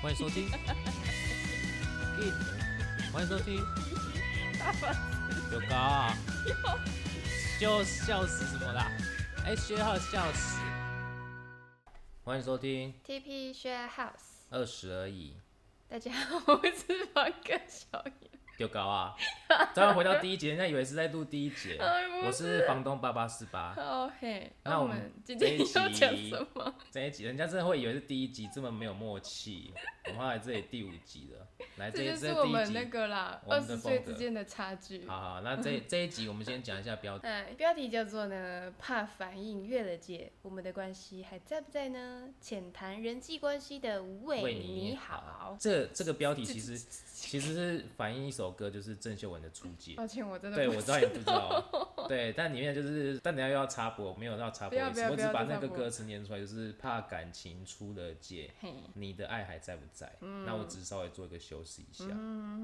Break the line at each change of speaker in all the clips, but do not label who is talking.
欢迎收听 It，欢迎收听 有高啊，就笑死什么啦？哎，薛浩笑死，欢迎收听
TP Share House，
二十而已，
大家好，我是房哥小野。
丢高 啊！咱们回到第一节，人家以为是在录第一节
哎不，是
我是房东八八四八。
哦嘿，
那
那
我
我
们
们今天
这一
要
集
讲什么？
这一集，人家真的会以为是第一集，这么没有默契。我们后来这里第五集了，来这
这
一
就
这
是
是
我
第一
们那
集。
个啦，
我
二
们的
十岁
风格
之间的差距。
好好，那这这一集我们先讲一下标题。
哎，标题叫做呢，怕反应越了解，我们的关系还在不在呢？浅谈人际关系的为你好。
这这个标题其实其实是反映一首歌，就是郑秀文的《出界》。
抱歉，我真的
对，
哦不
我知道你不知 道，对，但里面就是，但等一下又要插播，没有要插
不
播
要
的意思，
不要
我只
不要
把
再
那
插
个
播
歌词念出来，就是怕感情出了界，
嘿，
你的爱还在不在？
嗯
那我只是稍微做一个修饰一下。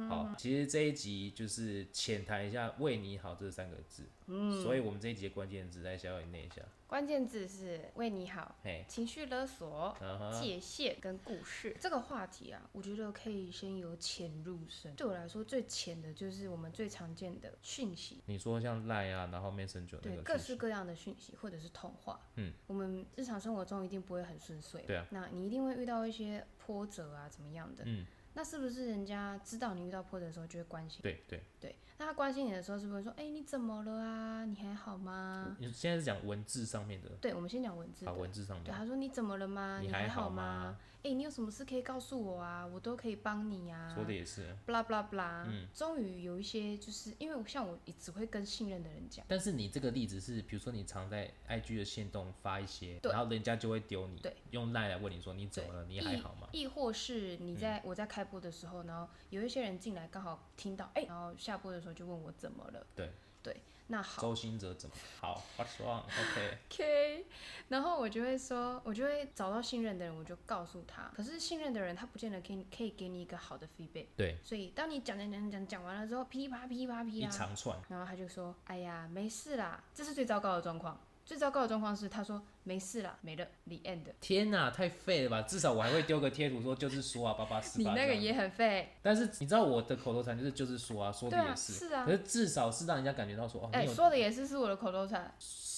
好，其实这一集就是浅谈一下“为你好”这三个字，
嗯
所以我们这一集的关键字来小小念一下，
关键字是为你好，
嘿，
情绪勒索。
嗯哼，
界限跟故事这个话题啊，我觉得可以先由浅入深。对我来说，最浅的就是我们最常见的讯息，
你说像赖啊，然后 Messenger 那
对各
个
式
讯息，
各样的讯息或者是通话。
嗯，
我们日常生活中一定不会很顺遂，
对啊，
那你一定会遇到一些波折啊，怎么样的？
嗯，
那是不是人家知道你遇到波折的时候就会关心？
对对，
对，那他关心你的时候，是不是会说，哎、你怎么了啊？你还好吗？
你现在是讲文字上面的，
对，我们先讲文字
啊，
的。
文字上面
对，，他说你怎么了吗？
你还
还
好
吗
吗？
哎、你有什么事可以告诉我啊？我都可以帮你啊。
说的也是。
blah blah blah，、
嗯
终于有一些就是因为我像我也只会跟信任的人讲，
但是你这个例子是，比如说你常在 IG 的线动发一些，
对
然后人家就会丢你，
对，
用赖来问你说你怎么了，你还好吗？
亦或是你
嗯
在、我在开播的时候，然后有一些人进来刚好听到，哎、然后下播的时候就问我怎么了，
对
对，那好
周星哲怎么好？What's wrong？OK，、
，OK，然后我就会说，我就会找到信任的人，我就告诉他，可是信任的人他不见得可以可以给你一个好的 feedback，
对，
所以当你讲讲讲讲讲完了之后，噼里啪啦噼里啪啦噼里
一
啪啦。
长串，
然后他就说：“哎呀，没事啦，这是最糟糕的状况。最糟糕的状况是，他说没事啦，没了，the end。
天哪、太废了吧！至少我还会丢个贴图说就是说啊，八八四
你
八。
那个
这样
也很废，
但是你知道我的口头禅就是就是说啊，说的
对啊
也是，
是啊
可是至少是让人家感觉到说哦，
哎、
你有
说的也是是我的口头禅，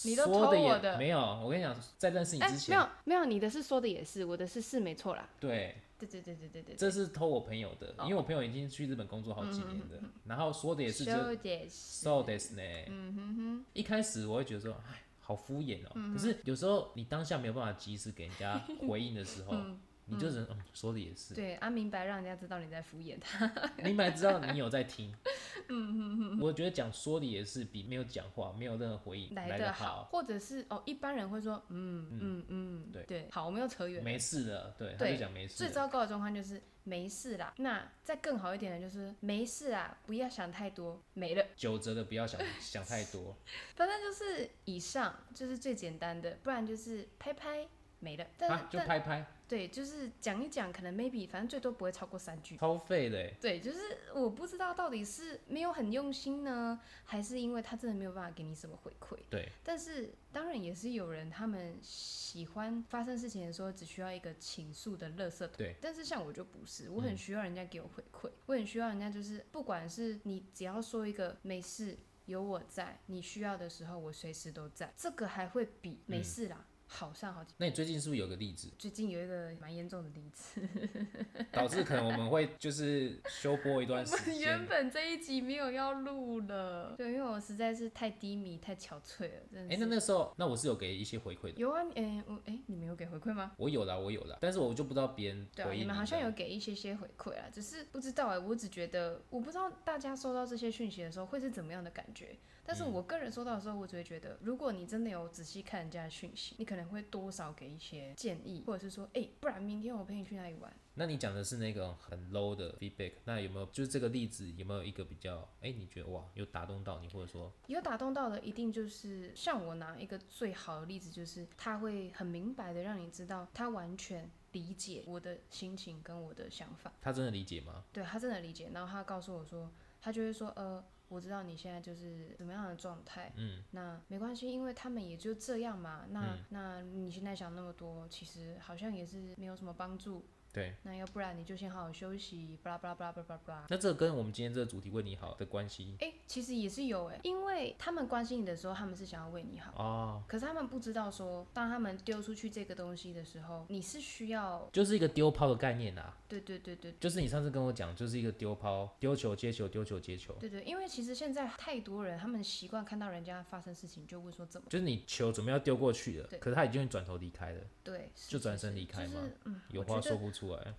你都
说
偷
的也
我的，
没有。我跟你讲，在认识你
哎、
之
没
前，
有没有，你的是说的也是，我的是是没错啦。
对，
对对对对对对，
这是偷我朋友的，
哦
因为我朋友已经去日本工作好几年了，然后说的也是只有
说的也是，
So this 呢，嗯哼哼，一开始我会觉得说，哎，好敷衍哦、可是有时候你当下没有办法及时给人 家回应的时候，你就只能嗯，说的也是，
对，啊，明白，让人家知道你在敷衍 他。
明白知道 你有在听。 嗯哼哼，我觉得讲说的也是比没有讲话、没有任何回应
来
得
的好，或者是哦，一般人会说，嗯嗯嗯，
对
好，我们又扯远了。
没事的，对，他
对
就讲没事啊
最
的。
糟糕的状况就是没事啦。那再更好一点的就是没事啦，不要想太多，没了。
九折的不要想想太 多，
反正就是以上就是最简单的，不然就是拍拍没了。但、
啊，就
但
拍拍，
对，就是讲一讲，可能 maybe 反正最多不会超过三句。
超废的欸，
对，就是我不知道到底是没有很用心呢，还是因为他真的没有办法给你什么回馈。
对，
但是当然也是有人他们喜欢发生事情的时候只需要一个倾诉的垃圾桶。
对。嗯
但是像我就不是，我很需要人家给我回馈，我很需要人家就是不管是你只要说一个没事有我在，你需要的时候我随时都在，这个还会比没事
嗯
啦、好上好几。
那你最近是不是有个例子，
最近有一个蛮严重的例子，
导致可能我们会就是休播一段
我
时
们
间
原？本这一集没有要录了，对，因为我实在是太低迷、太憔悴了，真
哎、
的是。
那那时候，那我是有给一些回馈的。
有啊，你哎、我哎、你们有给回馈吗？
我有啦，我有啦，但是我就不知道别人
对啊，
回应
你们好像
的
有给一些些回馈啦，只是不知道哎、我只觉得我不知道大家收到这些讯息的时候会是怎么样的感觉，但
嗯
是我个人收到的时候，我只会觉得，如果你真的有仔细看人家的讯息，你可能会多少给一些建议，或者是说，哎、不然明天我陪你去哪里玩？
那你讲的是那个很 low 的 feedback，那有没有就是这个例子有没有一个比较哎、你觉得哇有打动到你，或者说
有打动到的，一定就是像我拿一个最好的例子，就是他会很明白的让你知道，他完全理解我的心情跟我的想法。
他真的理解吗？
对他真的理解，然后他告诉我说，他就会说，呃，我知道你现在就是怎么样的状态，
嗯，
那没关系，因为他们也就这样嘛，那、那你现在想那么多，其实好像也是没有什么帮助，
对，
那要不然你就先好好休息，巴拉巴拉巴拉巴拉巴拉。
那这跟我们今天这个主题为你好的关系
哎、其实也是有哎、因为他们关心你的时候，他们是想要为你好。
哦，
可是他们不知道说，当他们丢出去这个东西的时候，你是需要，
就是一个丢抛的概念啊，
对对对对
就是你上次跟我讲，就是一个丢抛，丢球接球，丢球接球，
对对，因为其实现在太多人，他们习惯看到人家发生事情就问说怎么
就是你球准备要丢过去了
对，
可是他已经转头离开了，
对，是
就是转身
是
离开
就
嘛
是嗯，
有
我
话
觉
说
得
不出来，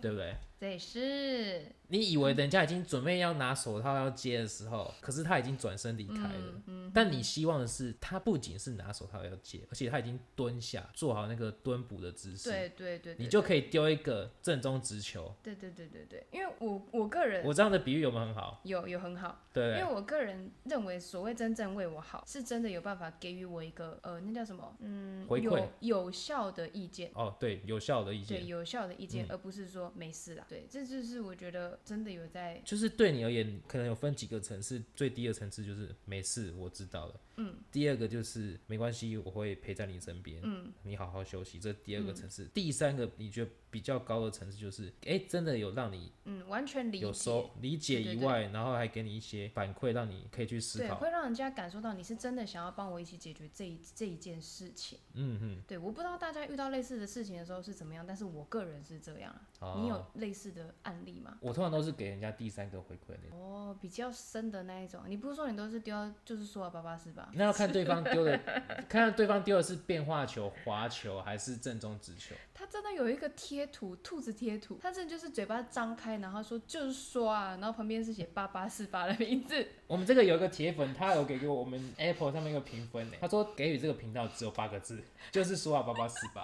对不对？
对是，
你以为人家已经准备要拿手套要接的时候，可是他已经转身离开了。
嗯
但你希望的是，他不仅是拿手套要接，而且他已经蹲下，做好那个蹲捕的姿势，
对对对，
你
对
就可以丢一个正中直球。
对对对对对，因为我我个人
我这样的比喻有没有很好？
有有很好，
对不
因为
对？
我个人认为所谓真正为我好，是真的有办法给予我一个呃那叫什么嗯
回馈
有有效的意见。
哦，对，有效的意
对
见，嗯
有效的意见，而不是说没事啦。对，这就是我觉得真的有在
就是对你而言，可能有分几个层次，最低的层次就是没事，我知道了。嗯。第二个就是没关系，我会陪在你身边。嗯。你好好休息，这第
嗯
二个层次。第三个，你觉得比较高的层次就是，哎、真的有让你
嗯完全理解，
有收理解
对
以
对
外，然后还给你一些反馈，让你可以去思
对，
考。
会让人家感受到你是真的想要帮我一起解决这一这一件事情。
嗯嗯。
对，我不知道大家遇到类似的事情的时候是怎么样，但是我个人是这样啊。你有
哦。
类似的案例吗？
我通常都是给人家第三个回馈的那种。
哦，比较深的那一种，你不是说你都是丢到，就是说啊，爸爸是吧？
那要看对方丢 的，看对方丢的是变化球、滑球还是正中直球。
他真的有一个贴图，兔子贴图，他真的就是嘴巴张开，然后说就是说啊，然后旁边是写八八四八的名字，
我们这个有一个铁粉，他有给给我我们 Apple 上面一个评分呢，欸他说给予这个频道只有八个字， 就是说啊八八四八，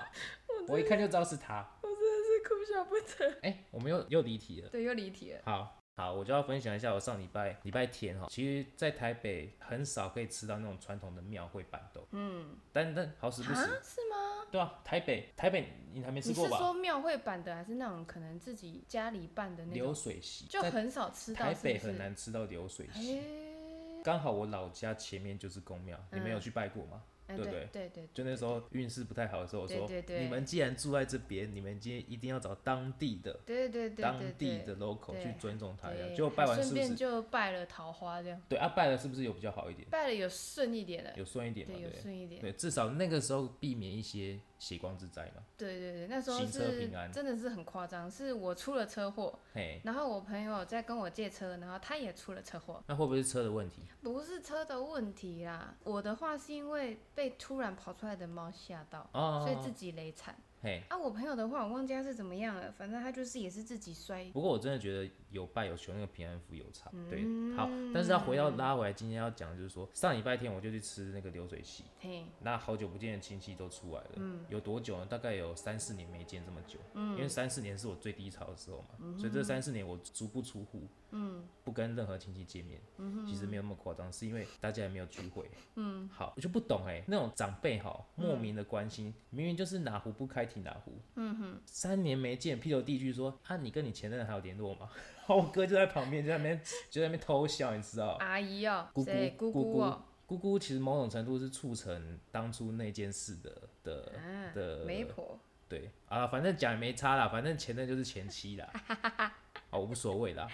我一看就知道是他。
我真的是哭笑不得。
哎、我们又又离题了。
对，又离题了。
好好，我就要分享一下我上礼拜礼拜天哈，其实在台北很少可以吃到那种传统的庙会板豆，嗯，但但好死不
啊
死，，
是吗？
对啊，台北台北你还没吃
你
过
是
吧？
说庙会版的，还是那种可能自己家里办的那
流
种？
水席
就
在
很少吃到，
台
是
北
不是？
很难吃到流水
哎、
席，刚好我老家前面就是公庙，你们有去拜过吗？
哎
对不
对
对
对对
就那时候运势不太好的时候，我
对
说
对对
你们既然住在这边，你们今天一定要找当地的、
对对对
当
对
地
对
的 local
对
去尊重他呀。
对
结果拜完是
顺
不
便
是？
就拜了桃花，这样
对啊，拜了是不是有比较好一点，
拜了有顺一点了，
有顺一点嘛？
对，
对
有
不
顺一点
对，。对，至少那个时候避免一些血光之灾嘛。
对对对，那时候
行车
是
平安哎
真的是很夸张，是我出了车祸，
嘿，
然后我朋友在跟我借车，然后他也出了车祸，
那会不会是车的问题？
不是车的问题啦。我的话是因为被突然跑出来的猫吓到，
哦
所以自己雷惨。
嘿，
啊，我朋友的话我忘记他是怎么样了，反正他就是也是自己摔。
不过我真的觉得有拜有求，那个平安符有差。对，好，
嗯
但是要回到拉回来，今天要讲的就是说，上礼拜天我就去吃那个流水席，
嘿，
那好久不见的亲戚都出来了，有多久呢？大概有三四年没见这么久，因为三四年是我最低潮的时候嘛，所以这三四年我足不出户，不跟任何亲戚见面，其实没有那么夸张，是因为大家也没有聚会，嗯，好，我就不懂哎、那种长辈哈，莫名的关心，明明就是哪壶不开提哪壶，嗯哼，三年没见，劈头第一句说啊，你跟你前任还有联络吗？ 然后我哥就在旁边就在那边就在那边偷笑，你知道吗？
阿姨哦、
姑姑
谁姑
姑姑
哦、
姑姑其实某种程度是促成当初那件事的的
啊
的
媒婆，
对啊，反正讲也没差啦，反正前任就是前妻 啦，哦，无所谓啦。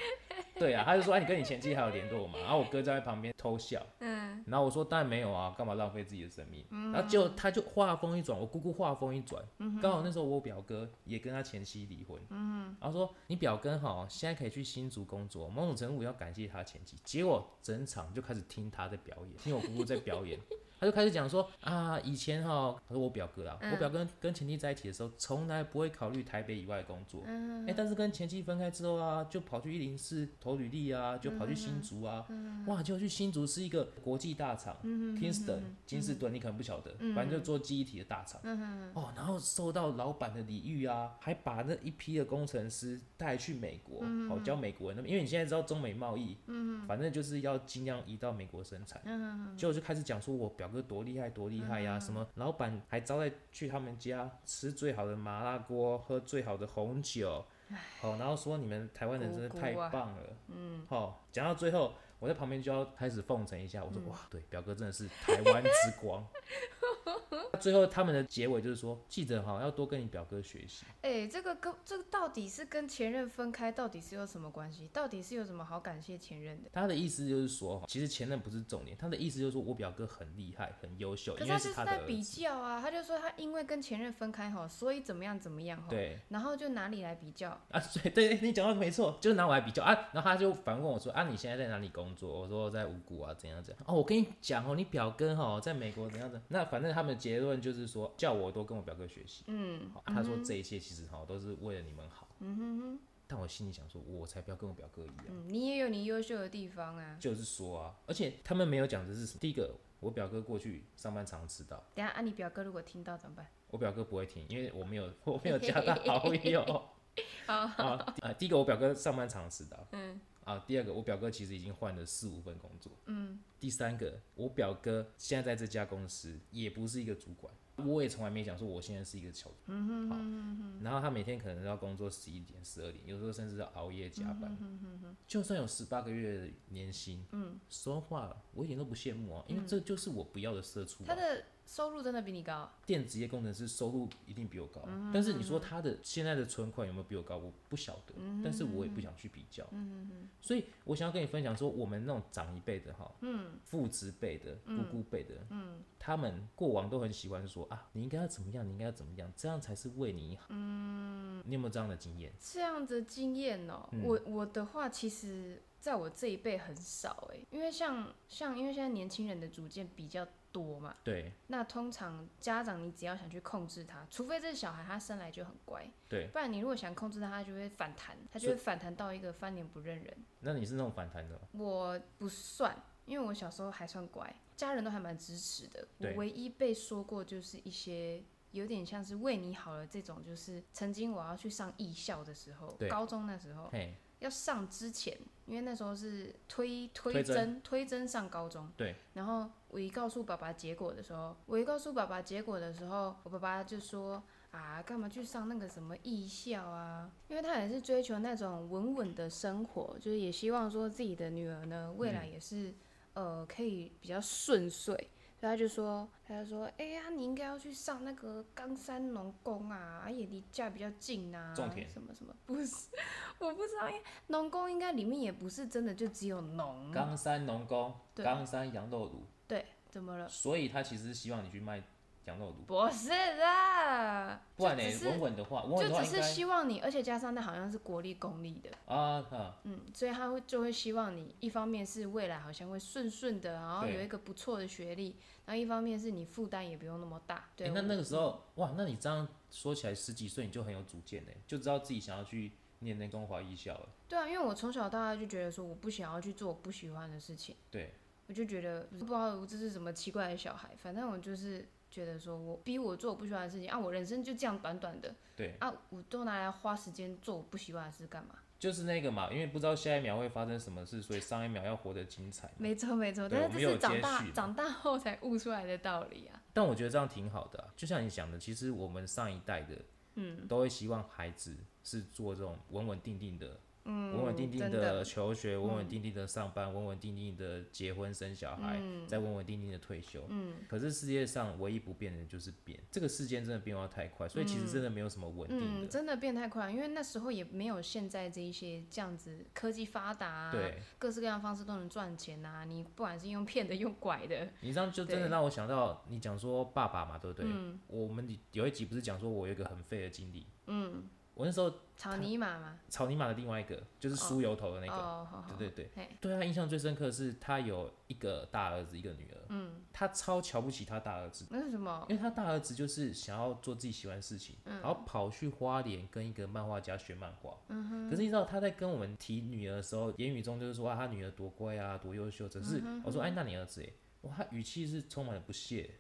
对啊，他就说、啊、你跟你前妻还有联络嘛？然后我哥在旁边偷笑，嗯，然后我说当然没有啊，干嘛浪费自己的生命？然后结果他就话锋一转，我姑姑话锋一转，刚好那时候我表哥也跟他前妻离婚，嗯，然后说你表哥哈现在可以去新竹工作，某种程度要感谢他前妻。结果整场就开始听他在表演，听我姑姑在表演，他就开始讲说啊，以前哈，他说我表哥啦，啊我表哥跟跟前妻在一起的时候，从来不会考虑台北以外的工作。哎、但是跟前妻分开之后啊，就跑去一零四投履历啊，就跑去新竹啊，哇，就去新竹是一个国际大厂、k i n g s t o n 金士顿，你可能不晓得，反正就做记忆体的大厂。哦，然后受到老板的礼遇啊，还把那一批的工程师带去美国，好、教美国人那边，因为你现在知道中美贸易，反正就是要尽量移到美国生产。结果就开始讲说我表哥多厉害多厉害
嗯
呀、什么老板还招待去他们家吃最好的麻辣锅，喝最好的红哦酒，好、然后说你们台湾人真的
姑姑
太哦
啊
棒了，嗯，好、讲到最后。我在旁边就要开始奉承一下，
嗯
我说、哇，对，表哥真的是台湾之光。 最后他们的结尾就是说，记得哈，要多跟你表哥学习。
哎、这个跟这个到底是跟前任分开，到底是有什么关系？到底是有什么好感谢前任的？
他的意思就是说，哈，其实前任不是重点，他的意思就是说我表哥很厉害，很优秀，
可
哦因
是
为
他就是
他的
在
儿
比
子。
较啊，他就说他因为跟前任分开后，所以怎么样怎么样后，
对
然后就哪里来比较？
啊，对对，你讲到没错，就是拿我来比较啊。然后他就反问我说：“啊，你现在在哪里工作？”我说：“在五谷啊，怎样怎样。”哦，我跟你讲哦，你表哥哦，在美国怎样怎样。那反正他们的结论就是说，叫我多跟我表哥学习。
嗯
好他说这一切其实哈都是为了你们好。嗯哼哼。但我心里想说，我才不要跟我表哥一样。
嗯，你也有你优秀的地方啊。
就是说啊，而且他们没有讲的是什么。第一个，我表哥过去上班常迟到，
等一下啊，你表哥如果听到怎么办？
我表哥不会听，因为我没有我没有加他 好友。好啊，呃第一个我表哥上班常迟到，嗯，啊，第二个我表哥其实已经换了四五份工作，嗯，第三个我表哥现在在这家公司也不是一个主管，我也从来没讲说我现在是一个小主管，嗯然后他每天可能要工作十一点、十二点，有时候甚至要熬夜加班，就算有十八个月的年薪，嗯，说话我一点都不羡慕啊，因为这就是我不要的社畜、啊，
他的收入真的比你高啊？
电子业工程师收入一定比我高，
嗯
但是你说他的现在的存款有没有比我高，我不晓得，
嗯
但是我也不想去比较，所以我想要跟你分享说，我们那种长一辈的哈，嗯，父职辈的、姑姑辈的，嗯，他们过往都很喜欢说啊，你应该要怎么样，你应该要怎么样，这样才是为你好，嗯，你有没有这样的经验？
这样的经验哦、
嗯
我我的话其实在我这一辈很少哎、因为像像因为现在年轻人的主见比较多嘛，
对
那通常家长你只要想去控制他，除非这小孩他生来就很乖，
对，
不然你如果想控制他，他就会反弹，他就会反弹到一个翻脸不认人。
那你是那种反弹的吗？
我不算，因为我小时候还算乖，家人都还蛮支持的。我
对
唯一被说过就是一些有点像是为你好了这种，就是曾经我要去上艺校的时候
对，
高中那时候
嘿，
要上之前，因为那时候是推
推
推
甄
甄推甄上高中，
对，
然后我一告诉爸爸结果的时候，我一告诉爸爸结果的时候，我爸爸就说啊，干嘛去上那个什么艺校啊？因为他也是追求那种稳稳的生活，就是也希望说自己的女儿呢，未
嗯
来也是、呃可以比较顺遂。所以他就说，他就说，哎、呀，你应该要去上那个冈山农工啊，啊也离家比较近啊，
种田
什么什么，不是，我不知道，因为农工应该里面也不是真的就只有农，
冈山农工，
对呃
冈山羊肉炉，
对，怎么了？
所以他其实希望你去卖羊肉炉，
不是的，
不然
就
呢
只，是
稳稳的话，稳稳的
就
话
只
应
是
该。
希望你，而且加上那好像是国立公立的，
啊哈，
嗯，所以他会就会希望你，一方面是未来好像会顺顺的，然后
对
有一个不错的学历，然后一方面是你负担也不用那么大。对，
诶那
我嗯
那个时候哇，那你这样说起来，十几岁你就很有主见嘞，就知道自己想要去念那中华艺校了。
对啊，因为我从小到大就觉得说我不想要去做我不喜欢的事情，
对，
我就觉得不知道我这是什么奇怪的小孩，反正我就是觉得说我逼我做我不喜欢的事情啊，我人生就这样短短的
对，
啊，我都拿来花时间做我不喜欢的事干嘛？
就是那个嘛，因为不知道下一秒会发生什么事，所以上一秒要活得精彩嘛。
没错没错，
对
但
我
是
们
这
有
是长
接
大
续嘛
长大后才悟出来的道理啊。
但我觉得这样挺好的啊、就像你讲的，其实我们上一代的，嗯，都会希望孩子是做这种稳稳定定的，嗯，稳稳定定
真的嗯
求学，稳稳定定的上班，稳稳定定的结婚生小孩，
嗯
再稳稳定定的退休，嗯。可是世界上唯一不变的就是变，这个世间真的变化太快，所以其实真的没有什么稳定
嗯，
的，
真的变太快，因为那时候也没有现在这一些这样子科技发达、啊，
对。
各式各样的方式都能赚钱啊。你不管是用骗的，用拐 的，
你这样就真的
对
让我想到你讲说爸爸嘛，对不对？
嗯
我们有一集不是讲说我有一个很废的经历，嗯，我那时候
草泥马嘛。
草泥马的另外一个就是梳油头的那个，
哦，好好，
对对对
嘿，
对他印象最深刻的是他有一个大儿子，一个女儿，嗯，他超瞧不起他大儿子，
那是什么？
因为他大儿子就是想要做自己喜欢的事情，
嗯
然后跑去花莲跟一个漫画家学漫画。
嗯
可是你知道他在跟我们提女儿的时候，言语中就是说啊，他女儿多乖啊，多优秀。只是
嗯
我说，哎，那你儿子哎，哇，他语气是充满了不屑，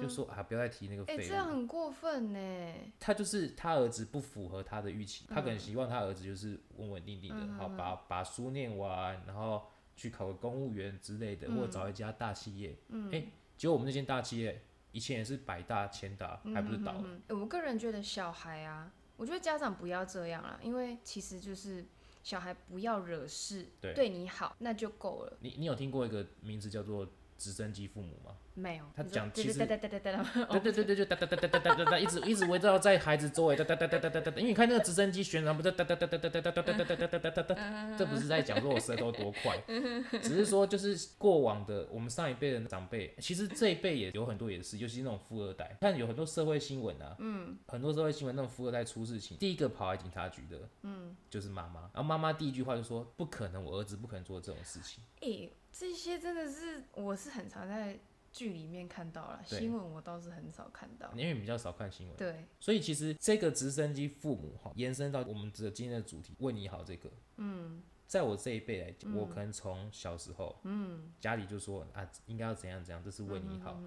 就说啊，不要再提那个
嗯哎、
废
这样
物。
很过分呢。
他就是他儿子不符合他的预期，他可能希望他儿子就是稳稳定定的，好把把书念完，然后去考个公务员之类的，或者找一家大企业。哎，结果我们那间大企业以前也是百大千大，还不是倒了。
嗯嗯，欸我个人觉得小孩啊，我觉得家长不要这样啦，因为其实就是小孩不要惹事，
对
你好那就够了。
你你有听过一个名字叫做直升机父母吗？
没有，
他
你说
讲
对
其
对
实
对对对对对
对
对
对对对，就哒哒哒哒哒哒哒哒，一直一直围绕在孩子周围哒哒哒哒哒哒哒。因为你看那个直升机旋转，不是哒哒哒哒哒哒哒哒哒哒哒哒哒哒哒，这不是在讲说我舌头多快，只是说就是过往的我们上一辈的长辈，其实这一辈也有很多也是，尤其是那种富二代，看有很多社会新闻啊，嗯，很多社会新闻那种富二代出事情，第一个跑来警察局的，嗯，就是妈妈，然后妈妈第一句话就说不可能，我儿子不可能做这种事情，
诶、哎这些真的是我是很常在剧里面看到了，
对
新闻我倒是很少看到。
因为比较少看新闻。
对，
所以其实这个直升机父母哈，延伸到我们的今天的主题，为你好这个，嗯，在我这一辈来讲，我可能从小时候，嗯，家里就说啊，应该要怎样怎样，这是为你好。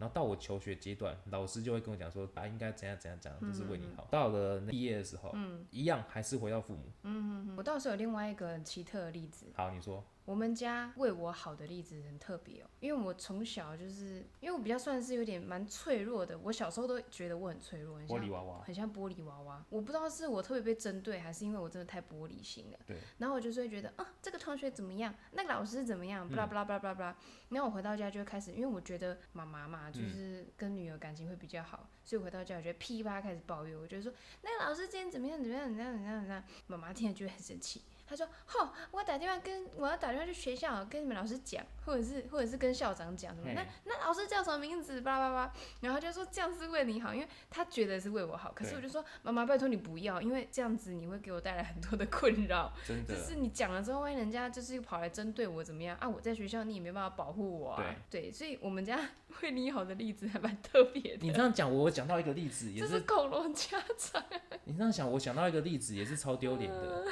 然后到我求学阶段，老师就会跟我讲说啊，应该怎样怎样怎样，这是为你好。到了毕业的时候，嗯，一样还是回到父母。
嗯，我倒是有另外一个很奇特的例子，
好，你说，
我们家为我好的例子很特别哦，因为我从小就是，因为我比较算是有点蛮脆弱的，我小时候都觉得我很脆弱，很
玻璃
像
娃娃，
很像玻璃娃娃。我不知道是我特别被针对，还是因为我真的太玻璃心了。
对。
然后我就是会觉得，啊，这个同学怎么样，那个老师怎么样，巴拉巴拉巴拉巴拉。然后我回到家就会开始，因为我觉得妈妈嘛，就是跟女儿感情会比较好，所以我回到家我就会噼啪开始抱怨，我就说那个老师今天怎么样怎么样怎么样怎么样怎么样。妈妈听了就会很生气。她说：“吼，我打电话跟我要打电话去学校跟你们老师讲，或者是或者是跟校长讲什么？
嗯
那那老师叫什么名字？巴拉巴拉。”然后她就说这样是为你好，因为他觉得是为我好，可是
对
我就说妈妈，拜托你不要，因为这样子你会给我带来很多的困扰。
真
就
的，
是你讲了之后，万一人家就是跑来针对我怎么样啊？我在学校你也没办法保护我啊。对，所以我们家为你好的例子还蛮特别
你
的，
这样讲，我讲到一个例子， 也
这
是
是恐 龙家长。
你这样想，我想到一个例子，也是超丢脸的。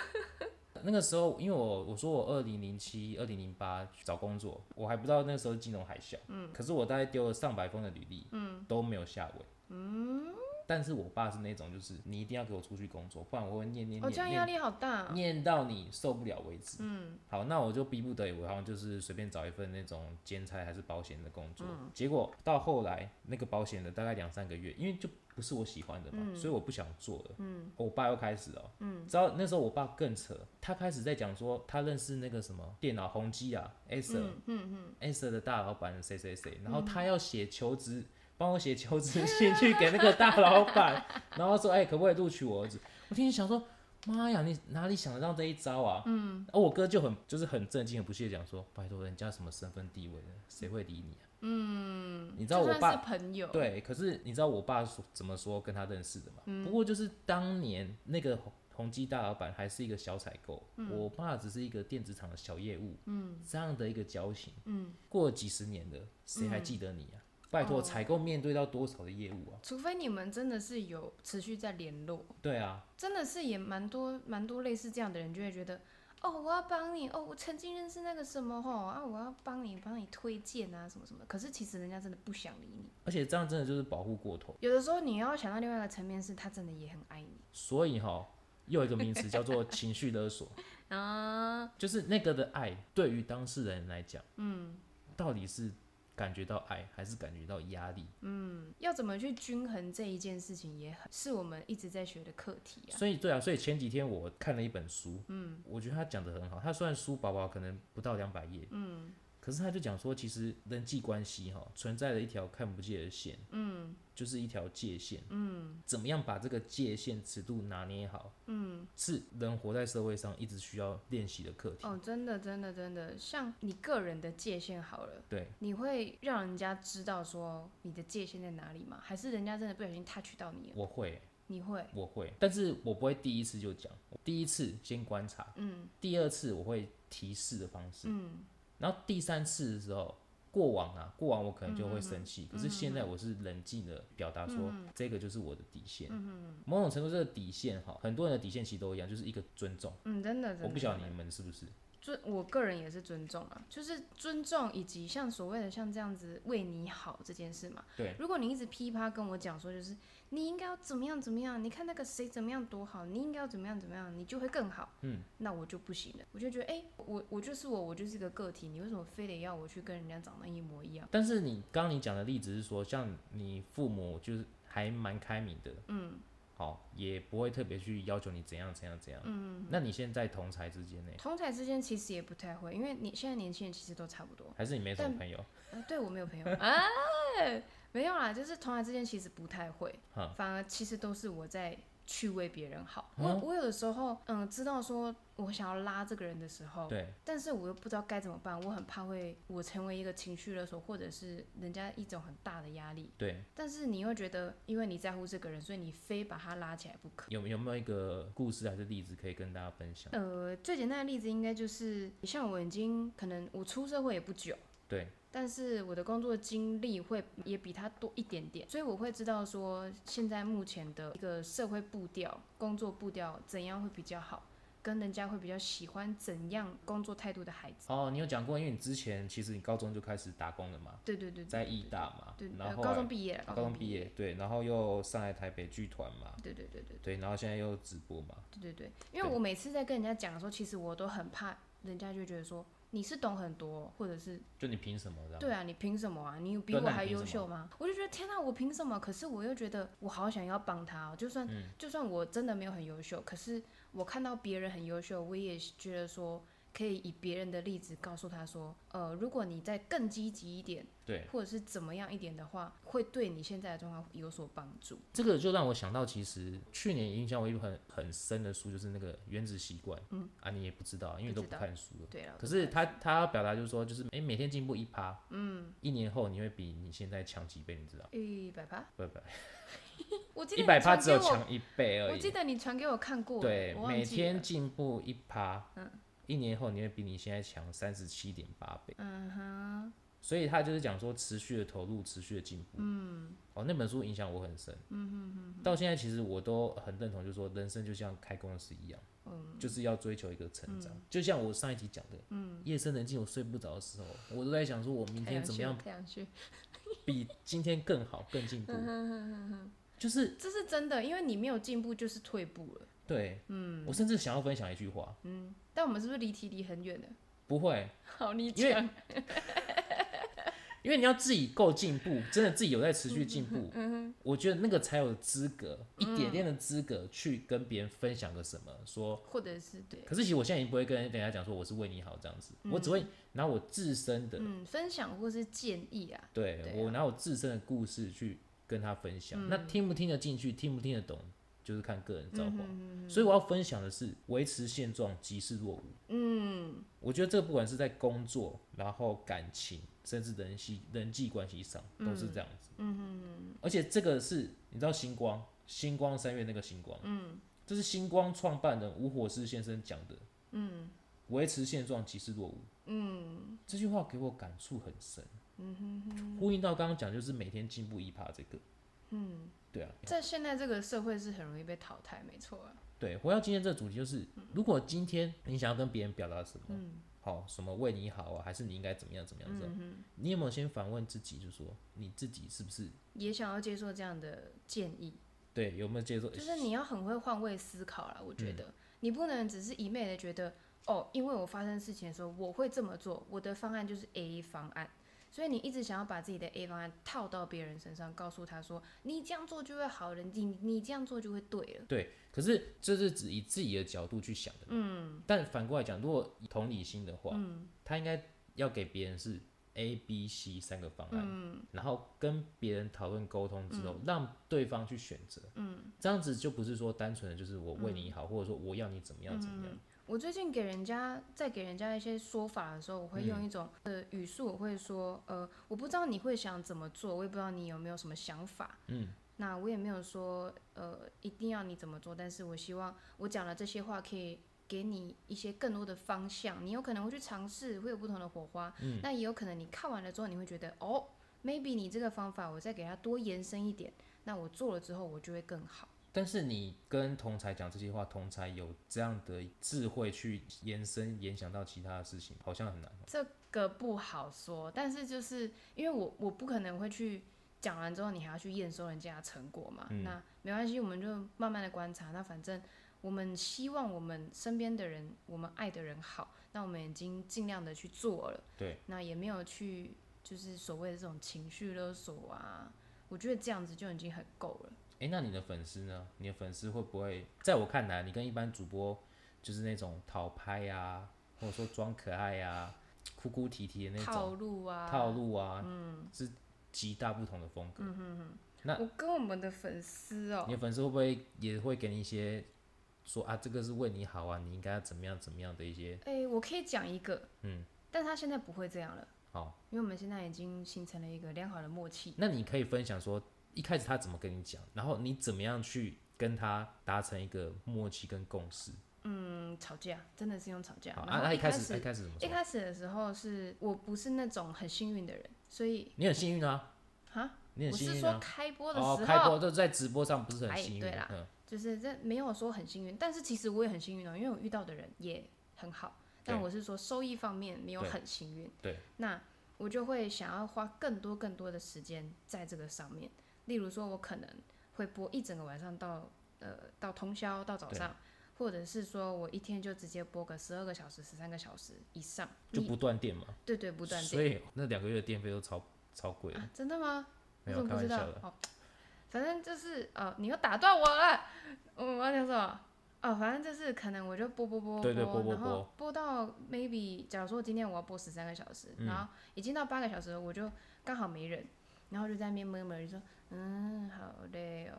那个时候，因为我我说我二零零七、二零零八找工作，我还不知道那时候金融海啸，嗯，可是我大概丢了上百封的履历，嗯，都没有下文，嗯。但是我爸是那种，就是你一定要给我出去工作，不然我会念念
哦，
念
这样
念
压力好大哦、
念到你受不了为止。啊嗯，好，那我就逼不得已，我好像就是随便找一份那种兼差还是保险的工作。结果到后来，那个保险的大概两三个月，因为就不是我喜欢的嘛，所以我不想做了。嗯，我爸又开始哦、嗯，知道那时候我爸更扯，他开始在讲说他认识那个什么电脑宏基啊，Acer，嗯嗯 a c e r 的大老板谁谁谁，然后他要写求职。帮我写求职信去给那个大老板，然后说，哎、可不可以录取我儿子？我听你想说，妈呀，你哪里想得到这一招啊？嗯，而、我哥就很就是很震惊、很不屑地讲说，拜托，人家什么身份地位呢？谁会理你啊？嗯，你知道
就
我
算是
爸
朋友，
对，可是你知道我爸说怎么说跟他认识的嘛？不过就是当年那个宏宏基大老板还是一个小采购，我爸只是一个电子厂的小业务，嗯，这样的一个交情，嗯，过了几十年了，谁还记得你啊？拜托，采购面对到多少的业务啊？
除非你们真的是有持续在联络，
对啊，
真的是也蛮多蛮多类似这样的人，就会觉得，哦，我要帮你，哦，我曾经认识那个什么吼啊，我要帮你帮你推荐啊，什么什么。可是其实人家真的不想理你。
而且这样真的就是保护过头。
有的时候你要想到另外一个层面，是他真的也很爱你
所以哈，又有一个名词叫做情绪勒 索，
啊。
就是那个的爱对于当事人来讲，嗯，到底是感觉到爱还是感觉到压力？
要怎么去均衡这一件事情，也很是我们一直在学的课题啊。
所以对啊，所以前几天我看了一本书，嗯，我觉得他讲的很好。他虽然书薄薄，可能不到两百页，嗯，可是他就讲说，其实人际关系哈存在了一条看不见的线，嗯，就是一条界限，嗯，怎么样把这个界限尺度拿捏好，嗯，是人活在社会上一直需要练习的课题。
哦，真的，真的，真的，像你个人的界限好了，
对，
你会让人家知道说你的界限在哪里吗？还是人家真的不小心 touch 到你了？
我会、
你会？
我会，但是我不会第一次就讲，我第一次先观察，嗯，第二次我会提示的方式，嗯，然后第三次的时候，过往啊，过往我可能就会生气，可是现在我是冷静的表达说，这个就是我的底线，嗯某种程度这个底线哈，很多人的底线其实都一样，就是一个尊重，
嗯，真的，真的。
我不晓
真
得
的
你们是不是，
尊，我个人也是尊重啊，就是尊重以及像所谓的像这样子为你好这件事嘛。
对
如果你一直噼啪跟我讲说，就是你应该要怎么样怎么样，你看那个谁怎么样多好，你应该要怎么样怎么样，你就会更好。
嗯，
那我就不行了，我就觉得，哎、我我就是我，我就是一个个体，你为什么非得要我去跟人家长得一模一样？
但是你刚刚你讲的例子是说，像你父母就是还蛮开明的，嗯，好，也不会特别去要求你怎样怎样怎样。嗯，那你现在同才之间呢？
同台之间其实也不太会，因为你现在年轻人其实都差不多。
还是你没什么朋友？
呃，对我没有朋友啊，没有啦，就是同台之间其实不太会
嗯，
反而其实都是我在去为别人好。
嗯
我我有的时候，嗯，知道说我想要拉这个人的时候，
对，
但是我又不知道该怎么办，我很怕会我成为一个情绪勒索，或者是人家一种很大的压力。
对，
但是你又觉得，因为你在乎这个人，所以你非把他拉起来不可。
有有没有一个故事还是例子可以跟大家分享？
呃，最简单的例子应该就是，像我已经可能我出社会也不久，
对，
但是我的工作经历会也比他多一点点，所以我会知道说现在目前的一个社会步调、工作步调怎样会比较好，跟人家会比较喜欢怎样工作态度的孩子。
哦，你有讲过，因为你之前其实你高中就开始打工了嘛，
对对对对
在义大嘛
对，，
然
呃
后
高
后
中
来
毕业了，
高中毕
业，
业，对，然后又上来台北剧团嘛，
对对对对
对，然后现在又直播嘛，
对对对，因为
对
我每次在跟人家讲的时候，其实我都很怕人家就觉得说你是懂很多，或者是
就你凭什么这样？
对啊，你凭什么啊？你有比
对
我
那你
还
凭
优
什
秀吗？我就觉得天哪、我凭什么？可是我又觉得我好想要帮他、哦，就算、
嗯
就算我真的没有很优秀，可是我看到别人很优秀，我也觉得说可以以别人的例子告诉他说，呃，如果你再更积极一点，
对，
或者是怎么样一点的话，会对你现在的状况有所帮助。
这个就让我想到，其实去年影响我一本很很深的书，就是那个《原子习惯》。嗯，啊，你也不知道，因为你
不
都
知
不
道
看书了。
对了，
可是他他要表达就是说，就是诶，每天进步一趴，嗯，一年后你会比你现在强几倍，你知道？
一百趴，
不不，
我记得
一
你
百趴
传
只有
给我
强一倍而
我记
已。
得你传给我看过，
对，
我忘记
每天
了
进步一趴，嗯，一年后你会比你现在强三十七点八倍。嗯哼。所以他就是讲说，持续的投入，持续的进步。嗯。哦，那本书影响我很深。嗯哼哼。到现在其实我都很认同，就是说人生就像开公司一样。就是要追求一个成长，就像我上一集讲的，嗯，夜深人静我睡不着的时候，我都在想说，我明
太
天
阳
怎么
穴
样
太阳穴，
比今天更好、更进步。就是
这是真的，因为你没有进步就是退步了。
对，嗯，我甚至想要分享一句话，
但我们是不是离题离很远了？
不会，
好，你
因为
讲，
因为你要自己够进步，真的自己有在持续进步，我觉得那个才有资格，一点点的资格去跟别人分享个什么，说。
或者是对，
可是其实我现在已经不会跟人家讲说我是为你好这样子，我只会拿我自身的，
嗯，分享或是建议啊，
对
对啊
我拿我自身的故事去跟他分享，那听不听得进去，听不听得懂，就是看个人造化。所以我要分享的是维持现状，即是落伍。
嗯，
我觉得这个不管是在工作，然后感情，甚至人际人际关系上，都是这样子。嗯嗯而且这个是你知道星光，星光三月那个星光，嗯，这是星光创办人吴火狮先生讲的，嗯，维持现状即是落伍。嗯，这句话给我感触很深。嗯呼应到刚刚讲，就是每天进步一趴这个。嗯，对啊。
在现在这个社会是很容易被淘汰，没错啊。
对，回到今天这个主题，就是如果今天你想要跟别人表达什么，好，什么为你好啊，还是你应该怎么样怎么样怎么样，你有没有先反问自己，就说你自己是不是
也想要接受这样的建议，
对，有没有接受？
就是你要很会换位思考啦。我觉得、你不能只是一昧的觉得，哦，因为我发生事情的时候我会这么做，我的方案就是 A 方案，所以你一直想要把自己的 A 方案套到别人身上，告诉他说你这样做就会好了，你你这样做就会对了。
对，可是这是只以自己的角度去想的，嗯。但反过来讲，如果以同理心的话，嗯，他应该要给别人是 A、B、C 三个方案，嗯，然后跟别人讨论沟通之后，让对方去选择，嗯，这样子就不是说单纯的就是我为你好，或者说我要你怎么样怎么样。
我最近给人家在给人家一些说法的时候，我会用一种、呃语速，我会说呃，我不知道你会想怎么做，我也不知道你有没有什么想法，嗯，那我也没有说呃一定要你怎么做，但是我希望我讲了这些话可以。给你一些更多的方向，你有可能会去尝试，会有不同的火花。嗯，那也有可能你看完了之后，你会觉得哦，maybe 你这个方法我再给它多延伸一点，那我做了之后我就会更好。
但是你跟同才讲这些话，同才有这样的智慧去延伸、联想到其他的事情，好像很难。
这个不好说，但是就是因为我我不可能会去讲完之后你还要去验收人家的成果嘛，
嗯
那没关系，我们就慢慢的观察。那反正我们希望我们身边的人，我们爱的人好，那我们已经尽量的去做了，
对，
那也没有去就是所谓的这种情绪勒索啊，我觉得这样子就已经很够了。
诶，那你的粉丝呢？你的粉丝会不会，在我看来，你跟一般主播就是那种讨拍呀、或者说装可爱呀、哭哭啼啼的那
套
种
路啊，嗯
套路啊，是极大不同的风格。那
我跟我们的粉丝哦、
你的粉丝会不会也会给你一些说啊，这个是为你好啊，你应该要怎么样怎么样的一些
哎、我可以讲一个，
嗯，
但他现在不会这样了，
好？
因为我们现在已经形成了一个良好的默契。
那你可以分享说，一开始他怎么跟你讲，然后你怎么样去跟他达成一个默契跟共识。
嗯，吵架真的是用吵架。
好，啊，
然后
他
一
一开始他
始
一开始怎么
一
说？
开始的时候是我不是那种很幸运的人，所以
你很幸运啊，
啊，
你很
我
幸
是
运
说
啊。
开播的时候，
哦，开播就在直播上不是很
哎
幸运
对啦，
嗯，
就是这没有说很幸运，但是其实我也很幸运哦，因为我遇到的人也很好，但
对
我是说收益方面没有
对
很幸运。
对，
那我就会想要花更多更多的时间在这个上面，例如说，我可能会播一整个晚上到呃到通宵到早
对
上。或者是说我一天就直接播个十二个小时、十三个小时以上，
就
你
不断电嘛，
对对不断
所
电
以那两个月的电费都超超贵了，
啊？真的吗？
没
我
有
怎么
开
不知
玩
道
笑的。
哦，反正就是呃，你又打断我了，嗯我要讲什么？哦，反正就是可能我就播播播
对对播播
然后
播
播到 maybe，假如说今天我要播十三个小时，
嗯
然后已经到八个小时了，我就刚好没人，然后就在那边闷闷就说，嗯，好累哦，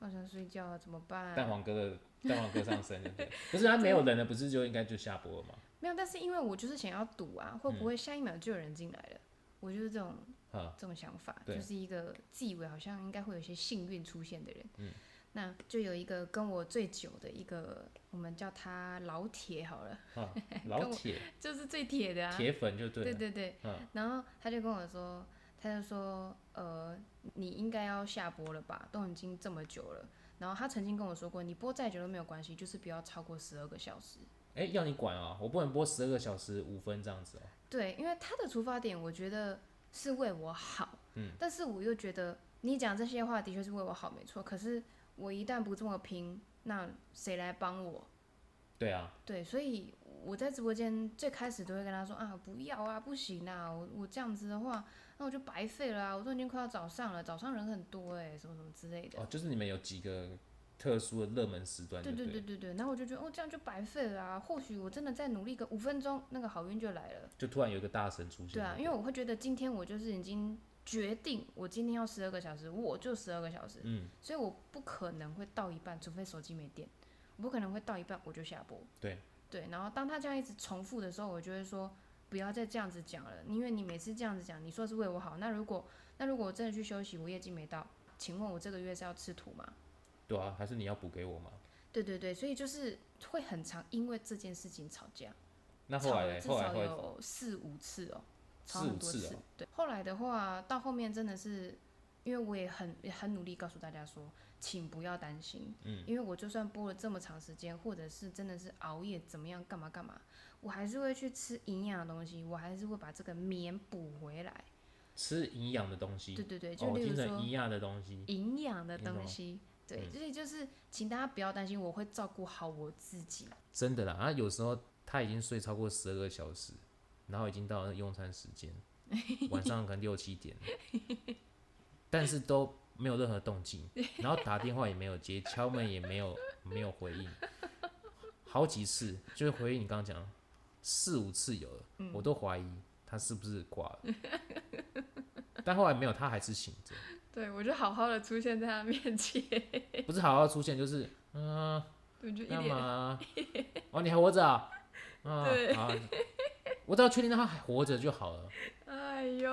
好想睡觉，啊怎么办？
蛋黄哥的蛋黄哥上身，对不对？不是他没有人了，不是就应该就下播了 吗？
没有，但是因为我就是想要赌啊，会不会下一秒就有人进来了？我就是这种
嗯啊，
这种想法，
对
就是一个自以为好像应该会有一些幸运出现的人。嗯，那就有一个跟我最久的一个，我们叫他老铁好了，
啊，老铁
就是最铁的啊。
铁粉就对啊
对
了，
对对，然后他就跟我说，他就说，呃，你应该要下播了吧，都已经这么久了。然后他曾经跟我说过，你播再久都没有关系，就是不要超过十二个小时。
哎，要你管啊，我不能播十二个小时五分这样子哦。
对，因为他的出发点，我觉得是为我好，嗯，但是我又觉得你讲这些话的确是为我好，没错。可是我一旦不这么拼，那谁来帮我？
对啊，
对，所以我在直播间最开始都会跟他说啊，不要啊，不行啊，我我这样子的话，那我就白费了啊，我都已经快要早上了，早上人很多哎、什么什么之类的。
哦，就是你们有几个特殊的热门时段就
对
对
对对
了，
对对，然后我就觉得哦，这样就白费了啊。或许我真的再努力个五分钟，那个好运就来了。
就突然有一个大神出现。
对啊，因为我会觉得今天我就是已经决定，我今天要十二个小时，我就十二个小时，
嗯，
所以我不可能会到一半，除非手机没电，我不可能会到一半我就下播。
对
对，然后当他这样一直重复的时候，我就会说不要再这样子讲了，因为你每次这样子讲，你说是为我好，那如果那如果我真的去休息，我业绩没到，请问我这个月是要吃土吗？
对啊，还是你要补给我嘛？
对对对，所以就是会很常因为这件事情吵架。
那
吵
后来
了
嘞，
至
后来
少
后来
有四五次哦，吵
四
很
五
多
次哦，
对，后来的话，到后面真的是，因为我也很也很努力告诉大家说，请不要担心，嗯，因为我就算播了这么长时间，或者是真的是熬夜怎么样干嘛干嘛，我还是会去吃营养的东西，我还是会把这个眠补回来。
吃营养的东西
对，对对，
哦，
就
我
例如
听
说
成营哦养的东西，
营养的
你懂
东西。
嗯
对，所以就是，请大家不要担心，我会照顾好我自己。
真的啦。啊，有时候他已经睡超过十二个小时，然后已经到了用餐时间，晚上可能六七点了但是都没有任何动静，然后打电话也没有接，敲门也没有没有回应，好几次就是回应你刚刚讲四五次有了，我都怀疑他是不是挂了，但后来没有，他还是醒着。
对，我就好好的出现在他面前，
不是好好出现，就是嗯，
我 就一
干
脸
嘛？哦，你还活着 啊？啊
对，
好，我只要确定他还活着就好了。
哎呦，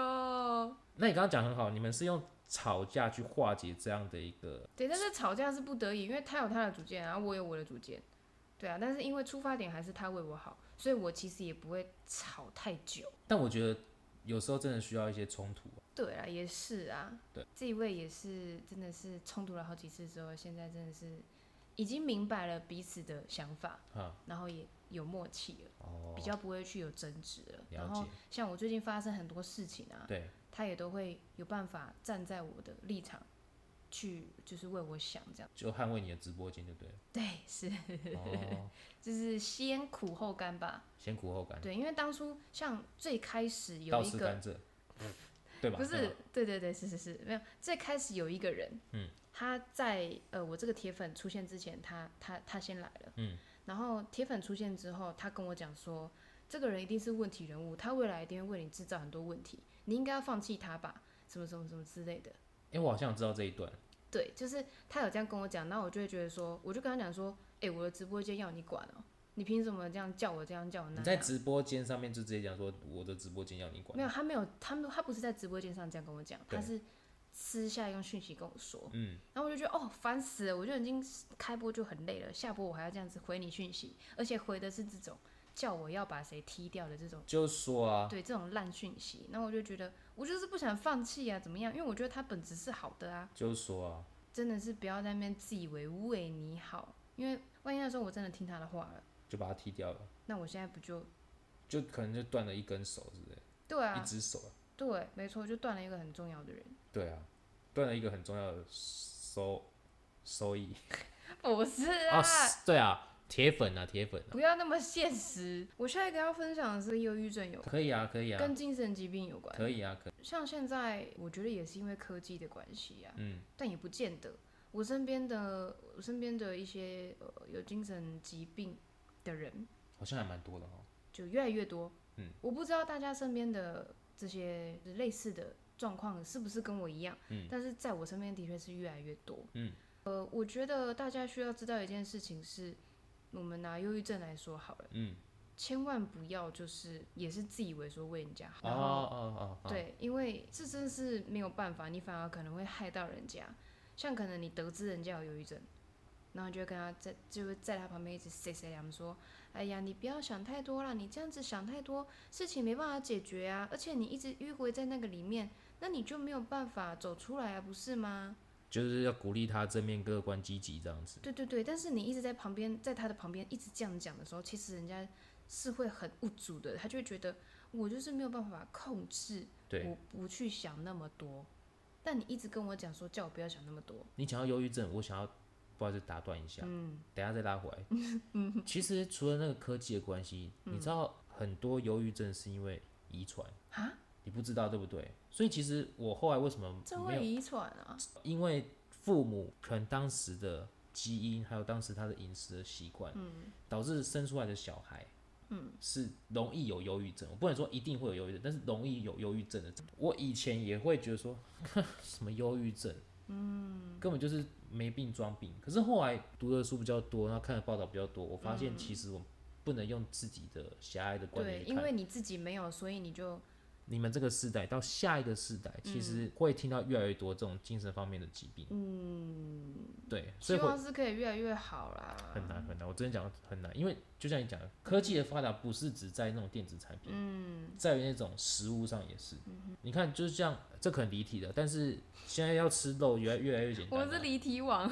那你刚刚讲很好，你们是用吵架去化解这样的一个，
对，但是吵架是不得已，因为他有他的主见，然后我有我的主见，对啊，但是因为出发点还是他为我好，所以我其实也不会吵太久。
但我觉得有时候真的需要一些冲突啊。
对啊，也是啊，
对，
这一位也是真的是冲突了好几次之后，现在真的是已经明白了彼此的想法，
啊
然后也有默契了，
哦
比，较不会去有争执了。然
了
后
解，
像我最近发生很多事情啊，
对，
他也都会有办法站在我的立场去，就是为我想这样。
就捍卫你的直播间就对了。
对，是。
哦，
就是先苦后甘吧。
先苦后甘，
对，因为当初像最开始有
倒
一
吃
个，
甘蔗，对吧？
不
对
是
吧，
对对对，是是是，没有。最开始有一个人，嗯，他在呃我这个铁粉出现之前，他他他先来了，
嗯，
然后铁粉出现之后，他跟我讲说，这个人一定是问题人物，他未来一定会为你制造很多问题，你应该要放弃他吧，什么什么什么之类的。
哎、我好像知道这一段，
对，就是他有这样跟我讲，那我就会觉得说，我就跟他讲说，哎、我的直播间要你管哦、你凭什么这样叫我这样叫我那
你在
样？
直播间上面就直接讲说我的直播间要你管
没，有，他没有，他们他不是在直播间上这样跟我讲，
对
他是私下用讯息跟我说，
嗯，
然后我就觉得哦，烦死了，我就已经开播就很累了，下播我还要这样子回你讯息，而且回的是这种叫我要把谁踢掉的这种，
就说啊，
对这种烂讯息，那我就觉得我就是不想放弃啊，怎么样？因为我觉得他本质是好的啊，
就说啊，
真的是不要在那边自以为为你好，因为万一那时候我真的听他的话了，
就把它踢掉了，
那我现在不就
就可能就断了一根手之类，
对啊
一，只手啊，
对，没错，就断了一个很重要的人，
对啊，断了一个很重要的收收益
不是啊。
啊，是对啊，铁粉啊，铁粉啊，
不要那么现实。我下一个要分享的是跟忧郁症有关，
可以啊，可以啊
跟，精神疾病有关。
可以啊，可以，
像现在，我觉得也是因为科技的关系啊，
嗯，
但也不见得。我身边的我身边的一些呃有精神疾病的人
好像还蛮多的哦，
就越来越多。
嗯，
我不知道大家身边的这些类似的状况是不是跟我一样，
嗯
但是在我身边的确是越来越多。
嗯，
呃，我觉得大家需要知道一件事情是，我们拿忧郁症来说好了。
嗯，
千万不要就是也是自以为说为人家好，
哦
然后
哦哦，哦，
对，因为这真是没有办法，你反而可能会害到人家。像可能你得知人家有忧郁症，然后你就会跟他在就会在他旁边一直塞塞他们说，哎呀，你不要想太多啦，你这样子想太多，事情没办法解决啊，而且你一直迂回在那个里面，那你就没有办法走出来啊，不是吗？
就是要鼓励他正面、乐观、积极这样子，
对对对，但是你一直在旁边，在他的旁边一直这样讲的时候，其实人家是会很无助的，他就会觉得我就是没有办法控制，
对
我不去想那么多。但你一直跟我讲说，叫我不要想那么多，
你讲到忧郁症，我想要不好意思打断一下，嗯，等一下再拉回 来。其实除了那个科技的关系，
嗯
你知道很多忧郁症是因为遗传
啊，
你不知道对不对？所以其实我后来为什么
这
没
会
有？
遗传啊？
因为父母可能当时的基因，还有当时他的饮食的习惯，嗯，导致生出来的小孩。嗯，是容易有忧郁症。我不能说一定会有忧郁症，但是容易有忧郁症的。我以前也会觉得说， 什么忧郁症，
嗯
根本就是没病装病。可是后来读的书比较多，然后看的报道比较多，我发现其实我不能用自己的狭隘的观
对，
点去
因
看。
为你自己没有，所以你就
你们这个世代到下一个世代，
嗯
其实会听到越来越多这种精神方面的疾病。嗯，对，所
希嗯
以会
望是可以越来越好啦。
很难很难。我之前讲很难，因为就像你讲的，科技的发达不是只在那种电子产品，嗯，在于那种食物上也
嗯
是。你看，就是像这可能离题的，但是现在要吃肉越来越来越简
我
单、了。
们是离 题王，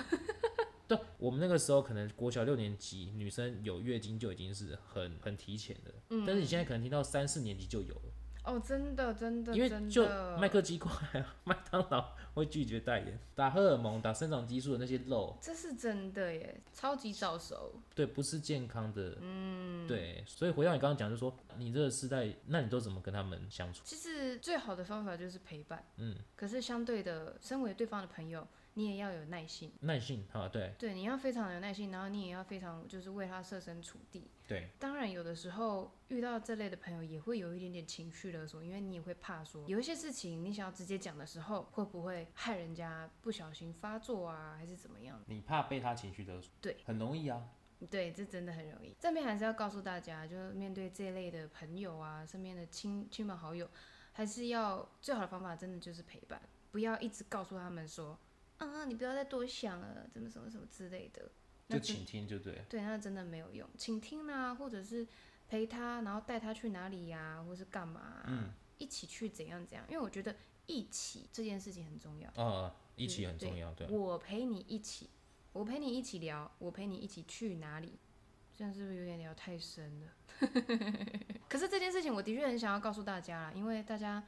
对，我们那个时候可能国小六年级女生有月经就已经是很很提前的，
嗯
但是你现在可能听到三四年级就有了，
哦，真的真的，
因为
真
就
的
麦克鸡块啊、麦当劳会拒绝代言，打荷尔蒙、打生长激素的那些肉，
这是真的耶，超级早熟，
对，不是健康的，嗯，对，所以回到你刚刚讲，就说你这个时代，那你都怎么跟他们相处？
其实最好的方法就是陪伴，
嗯，
可是相对的，身为对方的朋友，你也要有耐心，
耐性哈，对
对，你要非常有耐心，然后你也要非常就是为他设身处地。
对，
当然，有的时候遇到这类的朋友，也会有一点点情绪勒索，因为你也会怕说有一些事情你想要直接讲的时候，会不会害人家不小心发作啊，还是怎么样？
你怕被他情绪勒索，
对，
很容易啊，
对，这真的很容易。这边还是要告诉大家，就是面对这类的朋友啊，身边的亲亲朋好友，还是要最好的方法，真的就是陪伴，不要一直告诉他们说，啊，你不要再多想了，怎么什么什么之类的。那
就
真
倾听就对了，
对，那真的没有用。倾听啊，或者是陪他，然后带他去哪里呀、或是干嘛、啊
嗯，
一起去怎样怎样。因为我觉得一起这件事情很重要。
啊，一起
嗯
很重要，对，
我陪你一起，我陪你一起聊，我陪你一起去哪里？这样是不是有点聊太深了？ 可是这件事情，我的确很想要告诉大家啦，因为大家，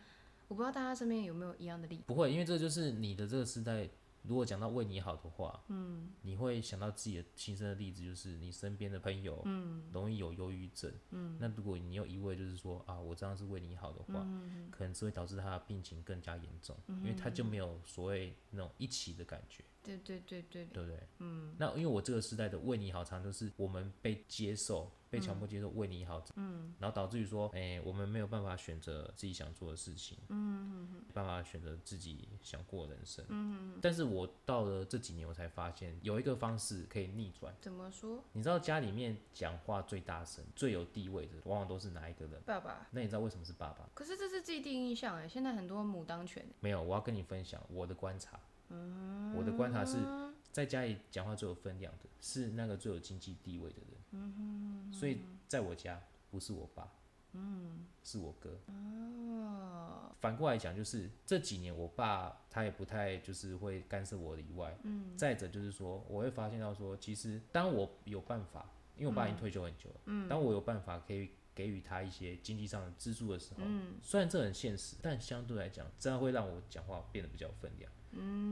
我不知道大家身边有没有一样的例子。
不会，因为这就是你的这个时代。如果讲到为你好的话，嗯，你会想到自己的亲身的例子，就是你身边的朋友，嗯，容易有忧郁症，嗯，那如果你有一味就是说啊，我这样是为你好的话，嗯可能只会导致他的病情更加严重，因为他就没有所谓那种一起的感觉，
对对对对，
对不对？嗯。那因为我这个时代的为你好，常常就是我们被接受、被强迫接受为你好，嗯，然后导致于说，哎、我们没有办法选择自己想做的事情，嗯，没办法选择自己想过的人生，嗯。但是我到了这几年，我才发现有一个方式可以逆转。
怎么说？
你知道家里面讲话最大声、最有地位的，往往都是哪一个人？
爸爸。
那你知道为什么是爸爸？
可是这是既定印象哎，现在很多母当权欸
没有，我要跟你分享我的观察。我的观察是在家里讲话最有分量的是那个最有经济地位的人。所以在我家不是我爸，是我哥。反过来讲，就是这几年我爸他也不太就是会干涉我以外，再者就是说，我会发现到说，其实当我有办法，因为我爸已经退休很久了，当我有办法可以给予他一些经济上的资助的时候，虽然这很现实，但相对来讲，这样会让我讲话变得比较有分量。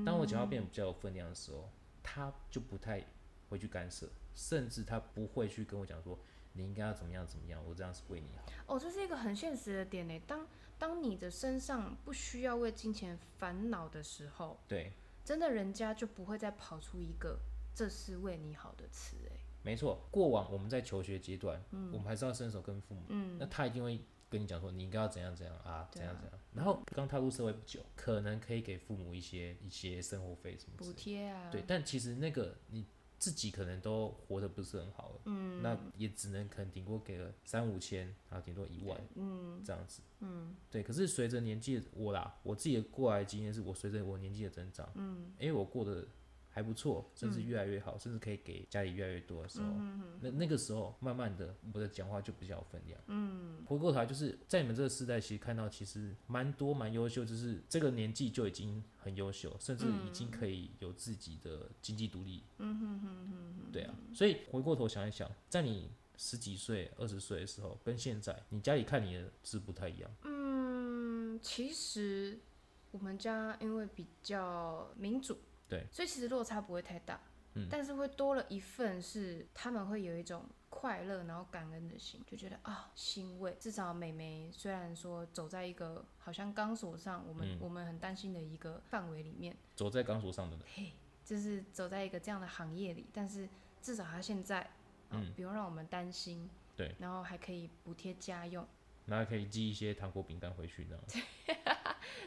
当我讲话变得比较有分量的时候，他就不太会去干涉，甚至他不会去跟我讲说你应该要怎么样怎么样，我这样是为你好。
哦，这是一个很现实的点呢。当当你的身上不需要为金钱烦恼的时候，
对，
真的人家就不会再跑出一个“这是为你好”的词哎。
没错，过往我们在求学阶段，我们还是要伸手跟父母，那他一定会跟你讲说你应该要怎样怎样啊，
对
怎
啊
样怎样。然后刚踏入社会不久，可能可以给父母一些一些生活费什么之
补
类的，
贴啊，
对，但其实那个你自己可能都活得不是很好了，嗯，那也只能可能顶多给了三五千，然后顶多一万，嗯，这样子，嗯，对。可是随着年纪的，我啦，我自己的过来的经验是我随着我年纪的增长，嗯，因为我过得还不错，甚至越来越好，甚至可以给家里越来越多的时候，那那个时候慢慢的我的讲话就比较有分量，嗯，回过头来就是在你们这个时代，其实看到其实蛮多蛮优秀，就是这个年纪就已经很优秀，甚至已经可以有自己的经济独立，嗯哼哼哼哼，对啊，所以回过头想一想，在你。十几岁、二十岁的时候，跟现在你家里看你的是不太一样。
嗯，其实我们家因为比较民主，
对，
所以其实落差不会太大，
嗯
但是会多了一份是他们会有一种快乐，然后感恩的心，就觉得啊、欣慰。至少美眉虽然说走在一个好像钢索上，我
嗯
们、我们很担心的一个范围里面，
走在钢索上的人，
就是走在一个这样的行业里，但是至少她现在，啊
嗯
不用让我们担心，
对，
然后还可以补贴家用。
然后可以寄一些糖果、饼干回去，这样，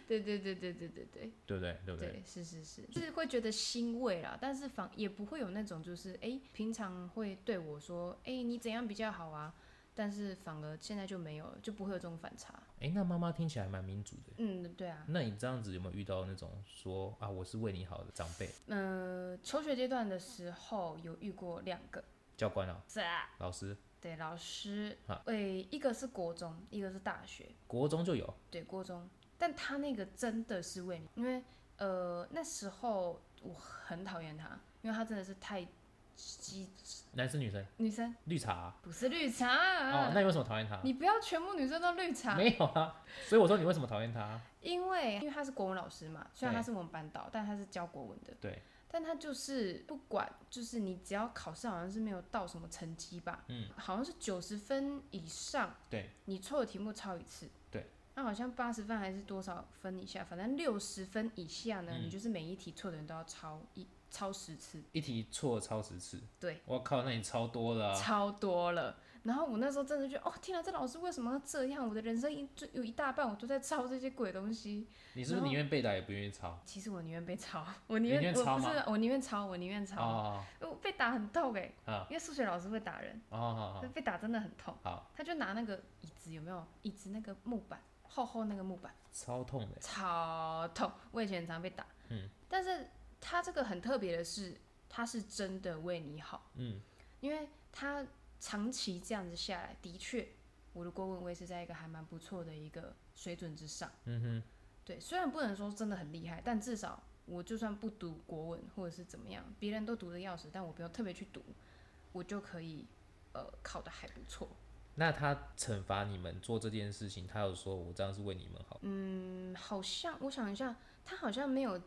对对对对对对对。
对不对？对不对？
对，是是是，就是会觉得欣慰啦，但是反也不会有那种就是哎、诶平常会对我说哎、诶你怎样比较好啊，但是反而现在就没有了，就不会有这种反差。
哎、那妈妈听起来蛮民主的。
嗯，对啊，
那你这样子有没有遇到那种说啊，我是为你好的长辈、
呃，求学阶段的时候有遇过两个，
教官啊、
是啊，
老师？
对，老师
啊，
诶、一个是国中，一个是大学，
国中就有，
对，国中，但他那个真的是为你，因为呃那时候我很讨厌他，因为他真的是太激
男生女生
女生。
绿茶啊、
不是绿茶、
哦，那你为什么讨厌他？
你不要全部女生都绿啊茶，
没有啊，所以我说你为什么讨厌他？
因为因为他是国文老师嘛，虽然他是我们班导，但他是教国文的，
对，
但他就是不管，就是你只要考试好像是没有到什么成绩吧，
嗯，
好像是九十分以上，
对，
你错的题目抄一次，
对，
那好像八十分还是多少分以下，反正六十分以下呢，
嗯
你就是每一题错的人都要抄一抄十次，
一题错超十次，
对，
我靠，那你超多了啊、
超多了。然后我那时候真的觉得，哦天啊，这老师为什么要这样？我的人生一就有一大半我都在抄这些鬼东西。
你是不是
然后
宁愿被打也不愿意抄？
其实我宁愿被抄，我宁愿
宁愿抄
我不
吗
是我宁愿抄，我宁愿抄，
哦
我被打很痛哎、
啊
因为数学老师会打人，
哦哦哦，
被打真的很痛。
好，
他就拿那个椅子有没有椅子那个木板厚厚那个木板
超痛的，
超痛，我以前很常被打。嗯，但是他这个很特别的是，他是真的为你好，
嗯，
因为他长期这样子下来，的确我的国文我也是在一个还蛮不错的一个水准之上。
嗯哼，
对，虽然不能说真的很厉害，但至少我就算不读国文或者是怎么样，别人都读的要死，但我不用特别去读，我就可以呃考的还不错。
那他惩罚你们做这件事情，他有说我这样是为你们好，
嗯，好像我想一下，他好像没有，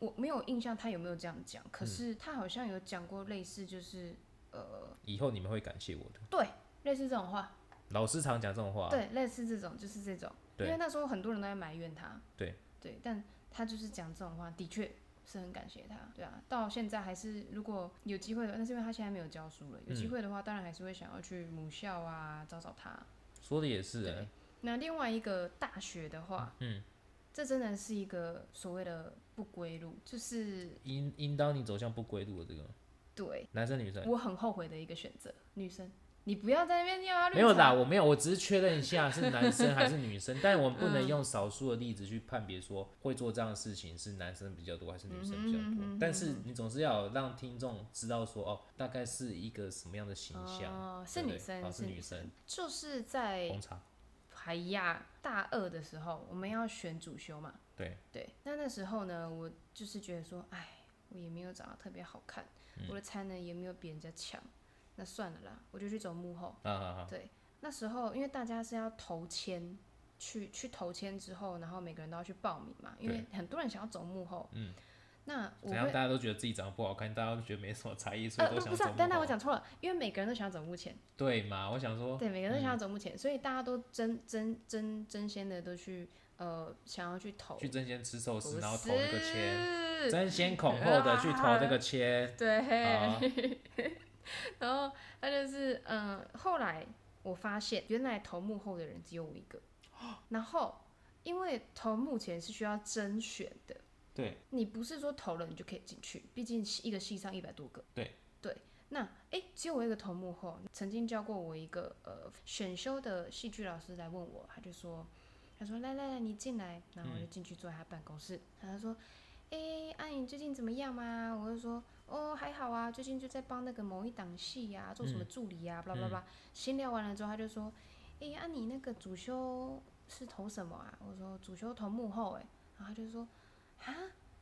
我没有印象他有没有这样
嗯
讲，可是他好像有讲过类似就是呃
以后你们会感谢我的。
对类似这种话，
老师常讲这种话，
对类似这种就是这种，因
对
为那时候很多人都在埋怨他，
对
对，但他就是讲这种话，的确是很感谢他，对啊，到现在还是如果有机会的话，那是因为他现在没有教书了，
嗯
有机会的话，当然还是会想要去母校啊找找他。
说的也是、欸
对，那另外一个大学的话，嗯，这真的是一个所谓的不归路，就是
应应当你走向不归路的这个
对
男生女生
我很后悔的一个选择。女生，你不要在那边尿啊，
没有啦，
打，
我没有，我只是确认一下是男生还是女 生，但我们不
嗯
能用少数的例子去判别说会做这样的事情是男生比较多还是女生比较
嗯
多。但是你总是要有让听众知道说哦，大概是一个什么样的形象，
哦，
对
是
不
女
对
生，
哦、是
女
生，
就是在
红茶，
海亚大二的时候，我们要选主修嘛。
对
对，那那时候呢，我就是觉得说，哎，我也没有长得特别好看，
嗯
我的才能也没有比人家强，那算了啦，我就去走幕后。
啊啊啊，
对，那时候因为大家是要投签，去去投签之后，然后每个人都要去报名嘛，因为很多人想要走幕后。嗯，那我
怎样？
会
大家都觉得自己长得不好看，大家都觉得没什么才艺，所
呃
以都
不
想
是
走
啊
幕，
但但
后
我讲错了，因为每个人都想要走幕前，
对嘛？我想说，
对，每个人都
嗯
想要走幕前，所以大家都争争争争先的都去呃想要去投，
去争先吃寿
不
司，然后投那个签，
是
争先恐后的去投这个签，
对，
啊
然后他就是嗯、呃后来我发现原来投幕后的人只有我一个，
哦
然后因为投幕前是需要甄选的，
对
你不是说投了你就可以进去，毕竟一个系上一百多个。
对
对，那诶，只有我一个投幕后，曾经教过我一个呃选修的戏剧老师来问我，他就说，他说来来来，你进来，然后我就进去坐在他办公室，然后他说，诶，阿、颖最近怎么样啊？我就说。哦，还好啊，最近就在帮那个某一档戏呀、做什么助理呀、巴拉巴拉。闲聊完了之后，他就说：“诶，啊，你那个主修是投什么啊？”我说：“主修投幕后。”诶，然后他就说：“啊，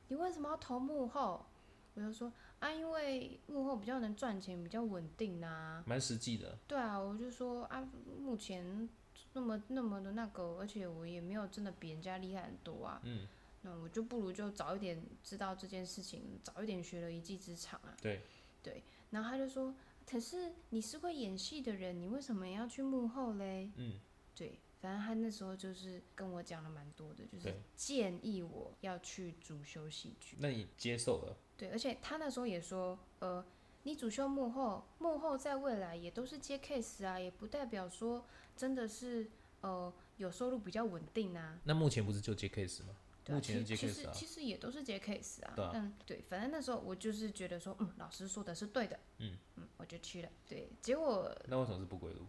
你为什么要投幕后？我就说啊，因为幕后比较能赚钱，比较稳定啊呐、
蛮实际的。
对啊，我就说啊，目前那么那么的那个，而且我也没有真的比人家厉害很多啊。
嗯，
那我就不如就早一点知道这件事情，早一点学了一技之长啊。
对
对，然后他就说，可是你是会演戏的人，你为什么要去幕后嘞？
嗯，
对，反正他那时候就是跟我讲了蛮多的，就是
对
建议我要去主修戏剧。
那你接受了？
对，而且他那时候也说，呃，你主修幕后，幕后在未来也都是接 case 啊，也不代表说真的是呃有收入比较稳定啊。
那目前不是就接 case 吗？
对啊
目前是接
其
case 啊
其实其实也都是接 case 啊。
对啊
嗯，对，反正那时候我就是觉得说，嗯，老师说的是对的。
嗯
嗯，我就去了。对，结果
那为什么是不归路？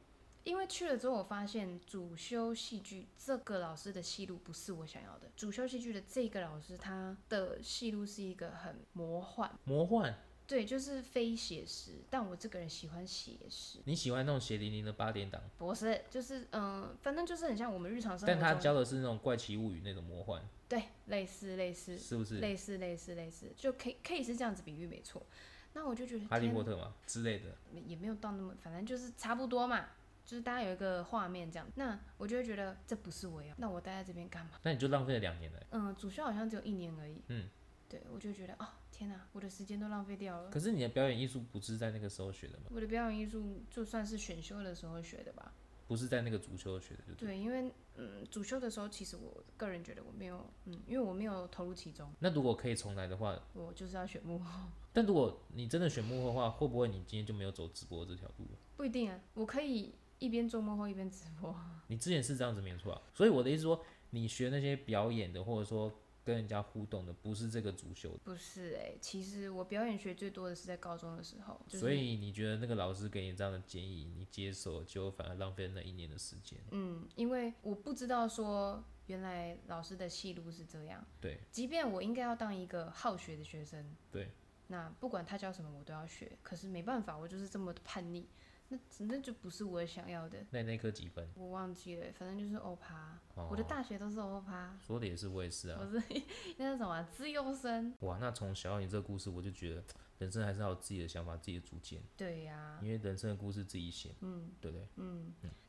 因为去了之后，我发现主修戏剧这个老师的戏路不是我想要的。主修戏剧的这个老师，他的戏路是一个很魔幻。
魔幻？
对，就是非写实，但我这个人喜欢写实，
你喜欢那种血淋淋的八点档？
不是，就是嗯、呃反正就是很像我们日常生活
但
中，
他教的是那种怪奇物语那种魔幻，
对，类似类似
是不是？
类似类似类似，就可以可以是这样子比喻没错。那我就觉得
哈利
天
波特嘛之类的，
也没有到那么，反正就是差不多嘛，就是大家有一个画面这样。那我就会觉得这不是我要，那我待在这边干嘛？
那你就浪费了两年了欸。
嗯、主修好像只有一年而已。
嗯，
对，我就觉得哦，天哪，我的时间都浪费掉了。
可是你的表演艺术不是在那个时候学的吗？
我的表演艺术就算是选修的时候学的吧。
不是在那个足球学的，就对。
对，因为嗯，主修的时候，其实我个人觉得我没有，嗯，因为我没有投入其中，
那如果可以重来的话，
我就是要选幕 后，
但如果你真的选幕后的话，会不会你今天就没有走直播这条路了？
不一定啊，我可以一边做幕后一边直播，
你之前是这样子没错啊。所以我的意思说，你学那些表演的，或者说跟人家互动的，不是这个足球的。
不是哎、其实我表演学最多的是在高中的时候，就是、
所以你觉得那个老师给你这样的建议，你接受，结果反而浪费了那一年的时间。
嗯，因为我不知道说原来老师的戏路是这样，
对，
即便我应该要当一个好学的学生，
对，
那不管他教什么我都要学，可是没办法，我就是这么叛逆，那那就不是我想要的，
那你那科几分？
我忘记了，反正就是欧趴。
哦
我的大学都是欧趴，
说的也是，我也是啊
我。是 那叫什么啊自优生。
哇，那从小你这个故事，我就觉得人生还是要有自己的想法、自己的主见，
对呀、
因为人生的故事自己写，嗯，对不对？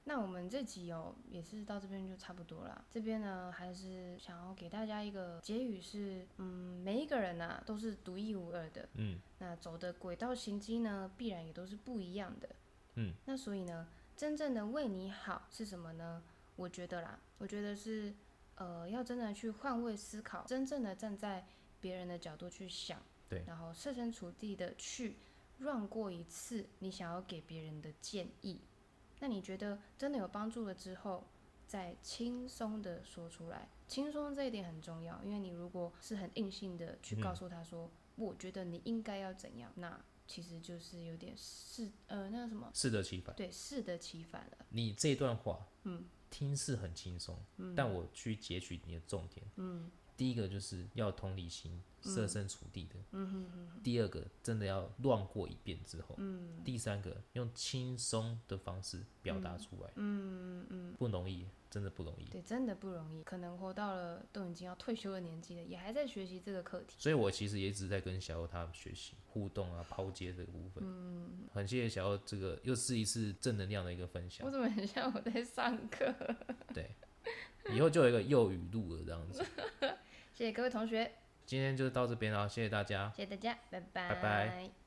那我们这集哦也是到这边就差不多啦。这边呢还是想要给大家一个结语是，嗯，每一个人呐、都是独一无二的，
嗯，
那走的轨道行迹呢必然也都是不一样的，
嗯，
那所以呢，真正的为你好是什么呢？我觉得啦，我觉得是呃要真的去换位思考，真正的站在。别人的角度去想，
对
然后设身处地的去让过一次你想要给别人的建议，那你觉得真的有帮助了之后，再轻松的说出来。轻松这一点很重要，因为你如果是很硬性的去告诉他说，我觉得你应该要怎样，那其实就是有点是呃那个什么，
适得其反。
对，适得其反了。
你这段话，嗯，听是很轻松，但我去截取你的重点，嗯，第一个就是要有同理心，设身处地的，嗯第二个真的要乱过一遍之后，嗯，第三个用轻松的方式表达出来，嗯嗯不容易，真的不容易。
对，真的不容易。可能活到了都已经要退休的年纪了，也还在学习这个课题。
所以我其实也一直在跟小欧他们学习互动啊、抛接这个部分。嗯，很谢谢小欧这个又是一次正能量的一个分享
我。怎么很像我在上课？
对，以后就有一个幼语录了这样子。
谢谢各位同学，
今天就到这边了，谢谢大家。
谢谢大家，拜拜
拜拜